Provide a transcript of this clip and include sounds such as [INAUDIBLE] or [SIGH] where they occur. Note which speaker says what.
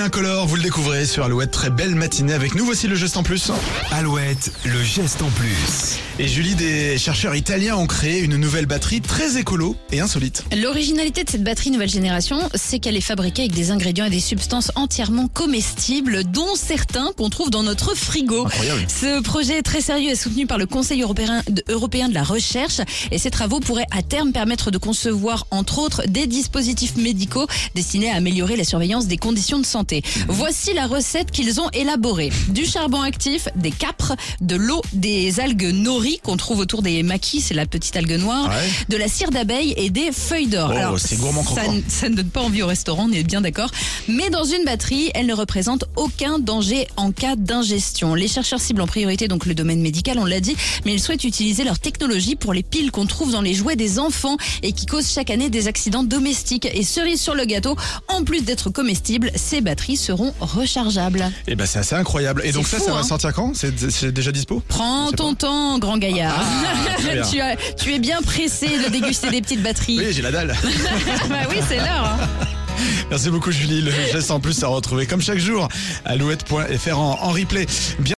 Speaker 1: incolore, vous le découvrez sur Alouette. Très belle matinée avec nous. Voici le geste en plus.
Speaker 2: Alouette, le geste en plus.
Speaker 1: Et Julie, des chercheurs italiens ont créé une nouvelle batterie très écolo et insolite.
Speaker 3: L'originalité de cette batterie nouvelle génération, c'est qu'elle est fabriquée avec des ingrédients et des substances entièrement comestibles, dont certains qu'on trouve dans notre frigo.
Speaker 1: Incroyable.
Speaker 3: Ce projet très sérieux est soutenu par le Conseil européen de, européen de la recherche et ces travaux pourraient à terme permettre de concevoir, entre autres, des dispositifs médicaux destinés à améliorer la surveillance des conditions de santé. Voici la recette qu'ils ont élaborée. Du charbon actif, des capres, de l'eau, des algues nori qu'on trouve autour des maquis, c'est la petite algue noire,
Speaker 1: Ouais.
Speaker 3: de la cire d'abeille et des feuilles d'or.
Speaker 1: Oh, c'est gourmand
Speaker 3: ça,
Speaker 1: croquant.
Speaker 3: ça ne donne pas envie au restaurant, on est bien d'accord. Mais dans une batterie, elle ne représente aucun danger en cas d'ingestion. Les chercheurs ciblent en priorité donc le domaine médical, on l'a dit, mais ils souhaitent utiliser leur technologie pour les piles qu'on trouve dans les jouets des enfants et qui causent chaque année des accidents domestiques. Et cerise sur le gâteau, en plus d'être comestibles, ces batteries seront rechargeables.
Speaker 1: Et ben c'est assez incroyable. Et donc
Speaker 3: C'est
Speaker 1: ça,
Speaker 3: fou,
Speaker 1: ça va
Speaker 3: hein.
Speaker 1: sortir quand C'est c'est déjà dispo
Speaker 3: Prends
Speaker 1: C'est
Speaker 3: ton temps, grand gaillard.
Speaker 1: Ah, très bien.
Speaker 3: [LAUGHS] tu, as- tu es bien pressé de déguster des petites batteries.
Speaker 1: Oui, j'ai la dalle.
Speaker 3: [LAUGHS] bah oui, c'est l'heure. hein.
Speaker 1: Merci beaucoup Julie. Le geste en plus à retrouver comme chaque jour. Alouette.fr en, en replay. Bien